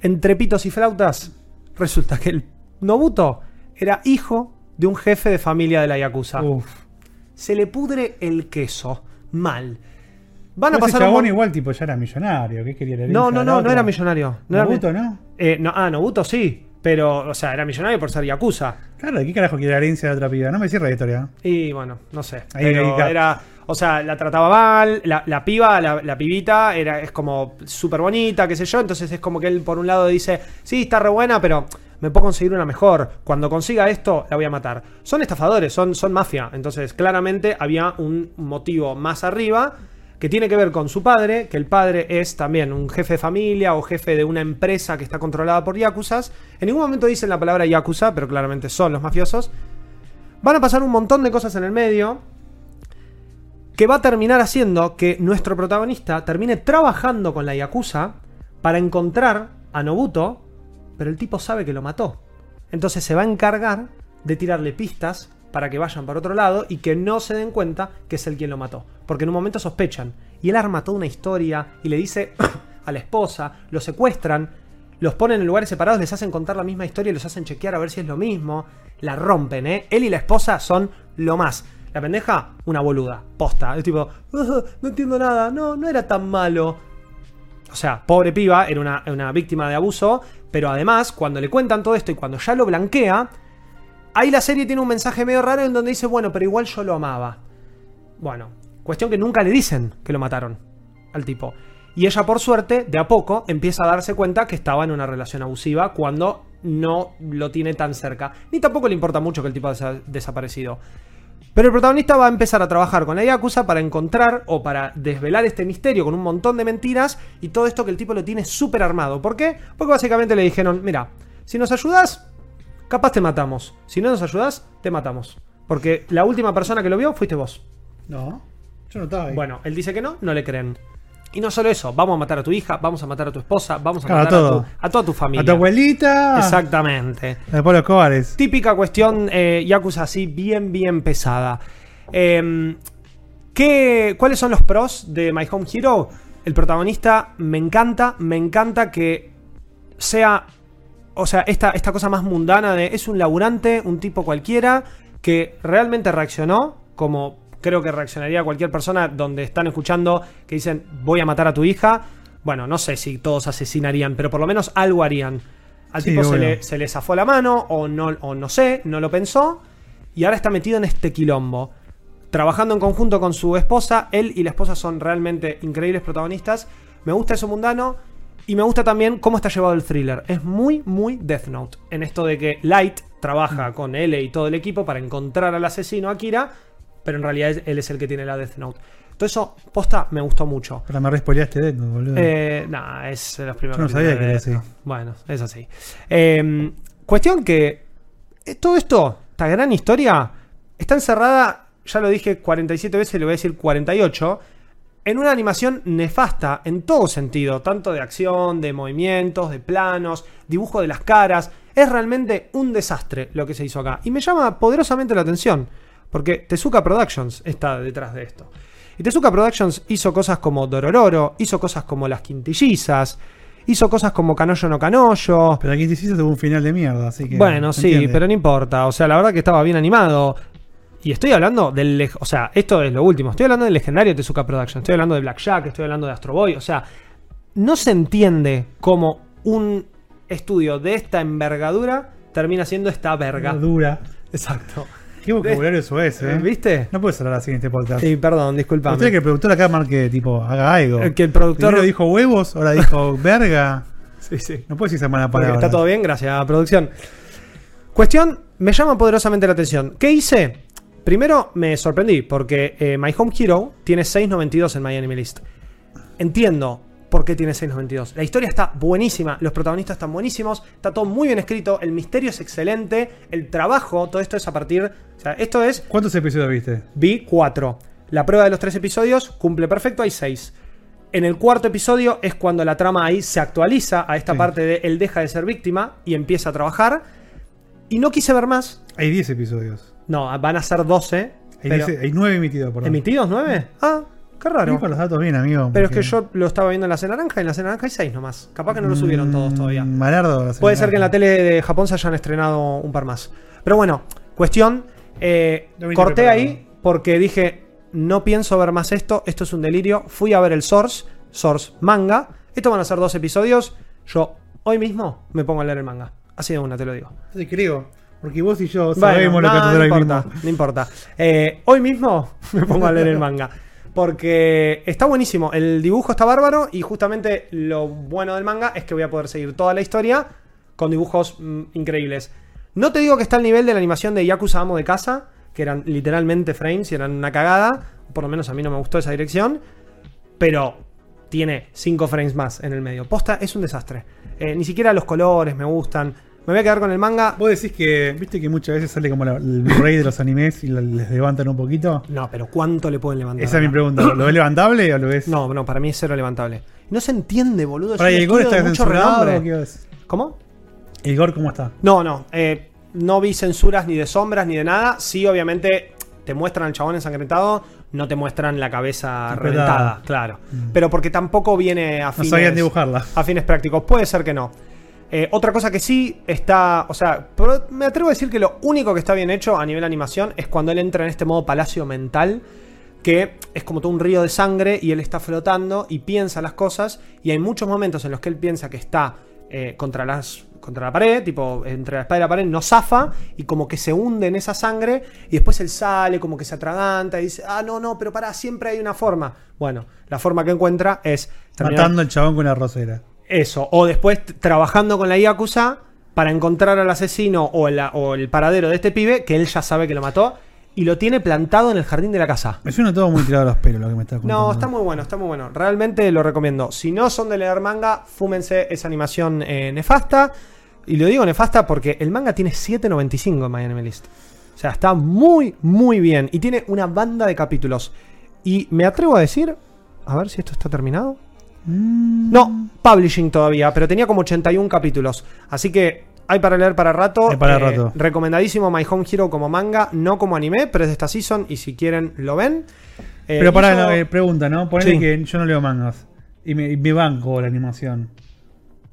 [SPEAKER 1] Entre pitos y flautas, resulta que el Nobuto era hijo de un jefe de familia de la Yakuza.
[SPEAKER 2] Uf.
[SPEAKER 1] Se le pudre el queso. Mal. Van a
[SPEAKER 2] Ese
[SPEAKER 1] pasar un
[SPEAKER 2] chabón
[SPEAKER 1] mon-
[SPEAKER 2] igual, tipo, ya era millonario. ¿Qué quería la
[SPEAKER 1] no,
[SPEAKER 2] herencia
[SPEAKER 1] no,
[SPEAKER 2] de
[SPEAKER 1] no,
[SPEAKER 2] la
[SPEAKER 1] no
[SPEAKER 2] otra?
[SPEAKER 1] era millonario. No era
[SPEAKER 2] Nabuto,
[SPEAKER 1] mi-
[SPEAKER 2] ¿no?
[SPEAKER 1] Eh, no, ah, Nobuto sí. Pero, o sea, era millonario por ser yakuza.
[SPEAKER 2] Claro, ¿de qué carajo quiere la herencia de otra piba? No me cierra la historia.
[SPEAKER 1] Y bueno, no sé.
[SPEAKER 2] Ahí,
[SPEAKER 1] Pero
[SPEAKER 2] ahí, claro.
[SPEAKER 1] era. O sea, la trataba mal, la, la piba, la, la pibita, era, es como súper bonita, qué sé yo. Entonces es como que él por un lado dice, sí, está re buena, pero me puedo conseguir una mejor. Cuando consiga esto, la voy a matar. Son estafadores, son, son mafia. Entonces, claramente había un motivo más arriba que tiene que ver con su padre, que el padre es también un jefe de familia o jefe de una empresa que está controlada por yakuzas. En ningún momento dicen la palabra yakuza, pero claramente son los mafiosos. Van a pasar un montón de cosas en el medio que va a terminar haciendo que nuestro protagonista termine trabajando con la Yakuza para encontrar a Nobuto, pero el tipo sabe que lo mató. Entonces se va a encargar de tirarle pistas para que vayan para otro lado y que no se den cuenta que es el quien lo mató. Porque en un momento sospechan. Y él arma toda una historia y le dice a la esposa, lo secuestran, los ponen en lugares separados, les hacen contar la misma historia y los hacen chequear a ver si es lo mismo. La rompen, ¿eh? Él y la esposa son lo más. La "Ah, pendeja, una boluda, posta. Es tipo, "Ujú, no entiendo nada, no, no era tan malo. O sea, pobre piba, era una, una víctima de abuso, pero además, cuando le cuentan todo esto y cuando ya lo blanquea, ahí la serie tiene un mensaje medio raro en donde dice, bueno, pero igual yo lo amaba. Bueno, cuestión que nunca le dicen que lo mataron al tipo. Y ella, por suerte, de a poco empieza a darse cuenta que estaba en una relación abusiva cuando no lo tiene tan cerca. Ni tampoco le importa mucho que el tipo haya desaparecido. Pero el protagonista va a empezar a trabajar con la Yakuza para encontrar o para desvelar este misterio con un montón de mentiras y todo esto que el tipo lo tiene súper armado. ¿Por qué? Porque básicamente le dijeron, mira, si nos ayudas, capaz te matamos. Si no nos ayudas, te matamos. Porque la última persona que lo vio fuiste vos.
[SPEAKER 2] No, yo no estaba ahí.
[SPEAKER 1] Bueno, él dice que no, no le creen. Y no solo eso, vamos a matar a tu hija, vamos a matar a tu esposa, vamos a
[SPEAKER 2] Claro,
[SPEAKER 1] matar a,
[SPEAKER 2] todo.
[SPEAKER 1] tu- a toda tu familia.
[SPEAKER 2] a tu abuelita.
[SPEAKER 1] Exactamente.
[SPEAKER 2] Después los cobares.
[SPEAKER 1] Típica cuestión eh, Yakuza así, bien, bien pesada. Em, ¿qué- ¿Cuáles son los pros de My Home Hero? El protagonista me encanta, me encanta que sea, o sea, esta, esta cosa más mundana de es un laburante, un tipo cualquiera, que realmente reaccionó, como creo que reaccionaría cualquier persona donde están escuchando que dicen voy a matar a tu hija. Bueno, no sé si todos asesinarían, pero por lo menos algo harían. Al
[SPEAKER 2] Sí,
[SPEAKER 1] tipo se
[SPEAKER 2] obvio.
[SPEAKER 1] le, se le zafó la mano o no, o no sé, no lo pensó y ahora está metido en este quilombo. Trabajando en conjunto con su esposa, él y la esposa son realmente increíbles protagonistas. Me gusta eso mundano y me gusta también cómo está llevado el thriller. Es muy, muy Death Note. En esto de que Light trabaja con L y todo el equipo para encontrar al asesino Akira, pero en realidad él es el que tiene la Death Note. Todo eso, posta, me gustó mucho.
[SPEAKER 2] Pero me respoileaste de boludo.
[SPEAKER 1] Eh, nah, es de los primeros.
[SPEAKER 2] Yo no sabía que era
[SPEAKER 1] capítulos de
[SPEAKER 2] así.
[SPEAKER 1] esto. Bueno, es así. Eh, cuestión que eh, todo esto, esta gran historia, está encerrada, ya lo dije 47 veces, lo voy a decir 48, en una animación nefasta en todo sentido, tanto de acción, de movimientos, de planos, dibujo de las caras. Es realmente un desastre lo que se hizo acá. Y me llama poderosamente la atención, porque Tezuka Productions está detrás de esto. Y Tezuka Productions hizo cosas como Dorororo, hizo cosas como Las Quintillizas, hizo cosas como Canoyo no Canoyo.
[SPEAKER 2] Pero aquí te hiciste tuvo un final de mierda, así que.
[SPEAKER 1] Bueno, sí,
[SPEAKER 2] ¿entiendes?
[SPEAKER 1] pero no importa. O sea, la verdad que estaba bien animado. Y estoy hablando del. leg- O sea, esto es lo último. Estoy hablando del legendario Tezuka Production. Estoy hablando de Black Jack. Estoy hablando de Astro Boy. O sea, no se entiende cómo un estudio de esta envergadura termina siendo esta verga.
[SPEAKER 2] Dura.
[SPEAKER 1] Exacto.
[SPEAKER 2] Qué vocabulario eso es, eh.
[SPEAKER 1] ¿Viste?
[SPEAKER 2] No puedes hablar así en este podcast.
[SPEAKER 1] Sí, perdón, disculpame.
[SPEAKER 2] Usted que el productor acá marque, tipo, haga algo.
[SPEAKER 1] Eh, que el productor-
[SPEAKER 2] Primero dijo huevos, ahora dijo verga.
[SPEAKER 1] Sí, sí.
[SPEAKER 2] No puedes decir esa mala
[SPEAKER 1] Porque
[SPEAKER 2] palabra.
[SPEAKER 1] está todo bien, gracias a producción. Cuestión, me llama poderosamente la atención. ¿Qué hice? Primero me sorprendí porque eh, My Home Hero tiene 6.92 en My Anime List. Entiendo por qué tiene 6.92. La historia está buenísima, los protagonistas están buenísimos, está todo muy bien escrito, el misterio es excelente, el trabajo, todo esto es a partir... O sea, esto es
[SPEAKER 2] ¿Cuántos episodios viste?
[SPEAKER 1] Vi 4. La prueba de los tres episodios cumple perfecto, hay 6. En el cuarto episodio es cuando la trama ahí se actualiza a esta
[SPEAKER 2] Sí.
[SPEAKER 1] parte de él deja de ser víctima y empieza a trabajar. Y no quise ver más.
[SPEAKER 2] Hay 10 episodios.
[SPEAKER 1] No, van a ser 12.
[SPEAKER 2] Hay,
[SPEAKER 1] pero-
[SPEAKER 2] 10 hay 9 emitidos, perdón.
[SPEAKER 1] ¿Emitidos 9? Ah, qué
[SPEAKER 2] Claro.
[SPEAKER 1] raro.
[SPEAKER 2] con los datos bien, amigo.
[SPEAKER 1] Pero es
[SPEAKER 2] porque-
[SPEAKER 1] que yo lo estaba viendo en la C naranja y en la C naranja hay 6 nomás. Capaz que no lo subieron todos
[SPEAKER 2] Mm,
[SPEAKER 1] todavía.
[SPEAKER 2] Malardo. la
[SPEAKER 1] Puede
[SPEAKER 2] señora.
[SPEAKER 1] ser que en la tele de Japón se hayan estrenado un par más. Pero bueno, cuestión. eh,
[SPEAKER 2] No viniste
[SPEAKER 1] corté
[SPEAKER 2] preparado.
[SPEAKER 1] ahí porque dije, no pienso ver más esto, esto es un delirio. Fui a ver el Source, Source Manga. Estos van a ser dos episodios. Yo hoy mismo me pongo a leer el manga. Así de una, te lo digo.
[SPEAKER 2] No te creo. Porque vos y yo
[SPEAKER 1] Bueno,
[SPEAKER 2] sabemos lo
[SPEAKER 1] no,
[SPEAKER 2] que vas a hacer
[SPEAKER 1] no
[SPEAKER 2] ahí
[SPEAKER 1] importa,
[SPEAKER 2] mismo.
[SPEAKER 1] no importa. Eh, hoy mismo me pongo a leer el manga. Porque está buenísimo, el dibujo está bárbaro y justamente lo bueno del manga es que voy a poder seguir toda la historia con dibujos mm, increíbles. No te digo que está al nivel de la animación de Yakuza Amo de Casa, que eran literalmente frames y eran una cagada, por lo menos a mí no me gustó esa dirección, pero tiene 5 frames más en el medio. Posta es un desastre. Eh, ni siquiera los colores me gustan. Me voy a quedar con el manga.
[SPEAKER 2] Vos decís que, viste que muchas veces sale como la- el rey de los animes y la- les levantan un poquito.
[SPEAKER 1] No, pero ¿cuánto le pueden levantar?
[SPEAKER 2] Esa es mi
[SPEAKER 1] acá?
[SPEAKER 2] pregunta. ¿Lo ves levantable o lo ves?
[SPEAKER 1] No, no, para mí es cero levantable. No se entiende, boludo. es
[SPEAKER 2] Para
[SPEAKER 1] un
[SPEAKER 2] el gore
[SPEAKER 1] estudio
[SPEAKER 2] está
[SPEAKER 1] de mucho
[SPEAKER 2] censurado.
[SPEAKER 1] renombre.
[SPEAKER 2] ¿qué ves?
[SPEAKER 1] ¿Cómo?
[SPEAKER 2] ¿El gore cómo está?
[SPEAKER 1] No, no. eh, no vi censuras ni de sombras ni de nada. Sí, obviamente, te muestran al chabón ensangrentado, no te muestran la cabeza
[SPEAKER 2] Apretada.
[SPEAKER 1] reventada, claro. Pero porque tampoco viene a
[SPEAKER 2] Mm. No
[SPEAKER 1] fines,
[SPEAKER 2] sabían dibujarla.
[SPEAKER 1] a fines prácticos. Puede ser que no. Eh, otra cosa que sí está, o sea, pro- me atrevo a decir que lo único que está bien hecho a nivel animación es cuando él entra en este modo palacio mental, que es como todo un río de sangre y él está flotando y piensa las cosas y hay muchos momentos en los que él piensa que está eh, contra, las, contra la pared, tipo entre la espada y la pared, no zafa y como que se hunde en esa sangre y después él sale, como que se atraganta y dice, ah, no, no, pero pará, siempre hay una forma. Bueno, la forma que encuentra es terminar-
[SPEAKER 2] Matando al chabón con una rosera.
[SPEAKER 1] eso, o después t- trabajando con la Yakuza para encontrar al asesino o, la- o el paradero de este pibe, que él ya sabe que lo mató, y lo tiene plantado en el jardín de la casa.
[SPEAKER 2] Me suena todo muy tirado a los pelos lo que me está contando.
[SPEAKER 1] No, está muy bueno, está muy bueno. Realmente lo recomiendo. Si no son de leer manga, fúmense esa animación eh, nefasta. Y lo digo nefasta porque el manga tiene 7.95 en My Anime List. O sea, está muy, muy bien. Y tiene una banda de capítulos. Y me atrevo a decir, a ver si esto está terminado.
[SPEAKER 2] Mm.
[SPEAKER 1] No, publishing todavía, pero tenía como 81 capítulos. Así que hay para leer para rato. Eh,
[SPEAKER 2] Hay para rato.
[SPEAKER 1] Recomendadísimo My Home Hero como manga, no como anime, pero es de esta season y si quieren lo ven. Eh,
[SPEAKER 2] Pero pará,
[SPEAKER 1] hizo-
[SPEAKER 2] no, eh, pregunta, ¿no? Ponele
[SPEAKER 1] Sí.
[SPEAKER 2] que yo no leo mangas. Y me, y me banco la animación.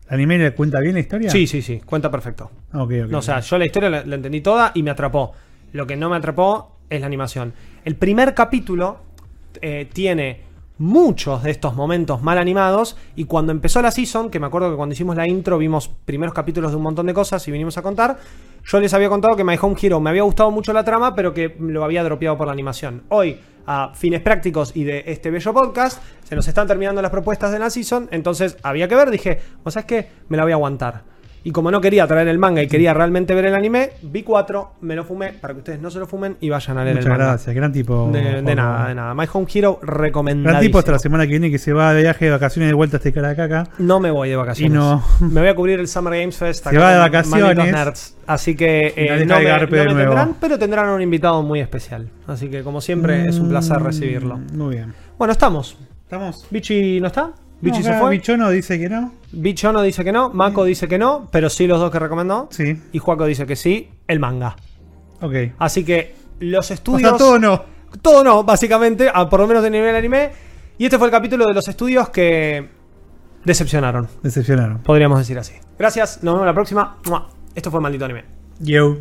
[SPEAKER 2] ¿La anime le cuenta bien la historia?
[SPEAKER 1] Sí, sí, sí, cuenta perfecto.
[SPEAKER 2] Ah, ok, ok.
[SPEAKER 1] No, o sea, yo la historia la, la entendí toda y me atrapó. Lo que no me atrapó es la animación. El primer capítulo eh, tiene muchos de estos momentos mal animados y cuando empezó la season, que me acuerdo que cuando hicimos la intro vimos primeros capítulos de un montón de cosas y vinimos a contar, yo les había contado que My Home Hero me había gustado mucho la trama, pero que lo había dropeado por la animación. Hoy, a fines prácticos y de este bello podcast, se nos están terminando las propuestas de la season, entonces había que ver, dije, ¿vos sabés qué? Me la voy a aguantar. Y como no quería traer el manga y quería realmente ver el anime, vi cuatro, me lo fumé para que ustedes no se lo fumen y vayan a leer
[SPEAKER 2] Muchas
[SPEAKER 1] el manga.
[SPEAKER 2] gracias, gran tipo.
[SPEAKER 1] De- De,
[SPEAKER 2] Juanjo.
[SPEAKER 1] nada, de nada. My Home Hero
[SPEAKER 2] Gran
[SPEAKER 1] recomendadísimo.
[SPEAKER 2] tipo hasta la semana que viene que se va de viaje, de vacaciones, de vuelta a este cara de caca.
[SPEAKER 1] No me voy de vacaciones.
[SPEAKER 2] Y no.
[SPEAKER 1] Me voy a cubrir el Summer Games Fest.
[SPEAKER 2] Se va de
[SPEAKER 1] con malditos
[SPEAKER 2] vacaciones.
[SPEAKER 1] nerds. Así que eh,
[SPEAKER 2] Y
[SPEAKER 1] no,
[SPEAKER 2] no deja de
[SPEAKER 1] me, no
[SPEAKER 2] garpe de
[SPEAKER 1] me
[SPEAKER 2] nuevo.
[SPEAKER 1] tendrán, pero tendrán un invitado muy especial. Así que como siempre es un placer
[SPEAKER 2] Mm,
[SPEAKER 1] recibirlo.
[SPEAKER 2] Muy bien.
[SPEAKER 1] Bueno, estamos.
[SPEAKER 2] ¿Estamos?
[SPEAKER 1] Bichi no está. Bichi
[SPEAKER 2] No,
[SPEAKER 1] se
[SPEAKER 2] acá
[SPEAKER 1] fue.
[SPEAKER 2] Bichono dice que no.
[SPEAKER 1] Bichono dice que no. Mako dice que no. Pero sí los dos que recomendó.
[SPEAKER 2] Sí,
[SPEAKER 1] Y Juaco dice que sí. El manga.
[SPEAKER 2] ok.
[SPEAKER 1] Así que los
[SPEAKER 2] O
[SPEAKER 1] estudios.
[SPEAKER 2] sea, todo no.
[SPEAKER 1] Todo no, básicamente, a- por lo menos de nivel anime. Y este fue el capítulo de los estudios que decepcionaron,
[SPEAKER 2] Decepcionaron.
[SPEAKER 1] podríamos decir así. Gracias, nos vemos la próxima. ¡Mua! Esto fue Maldito Anime.
[SPEAKER 2] Yo.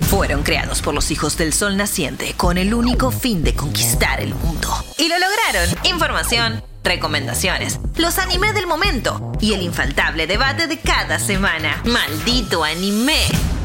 [SPEAKER 3] Fueron creados por los hijos del sol naciente con el único fin de conquistar el mundo. Y lo lograron. Información, recomendaciones, los anime del momento y el infaltable debate de cada semana. Maldito anime.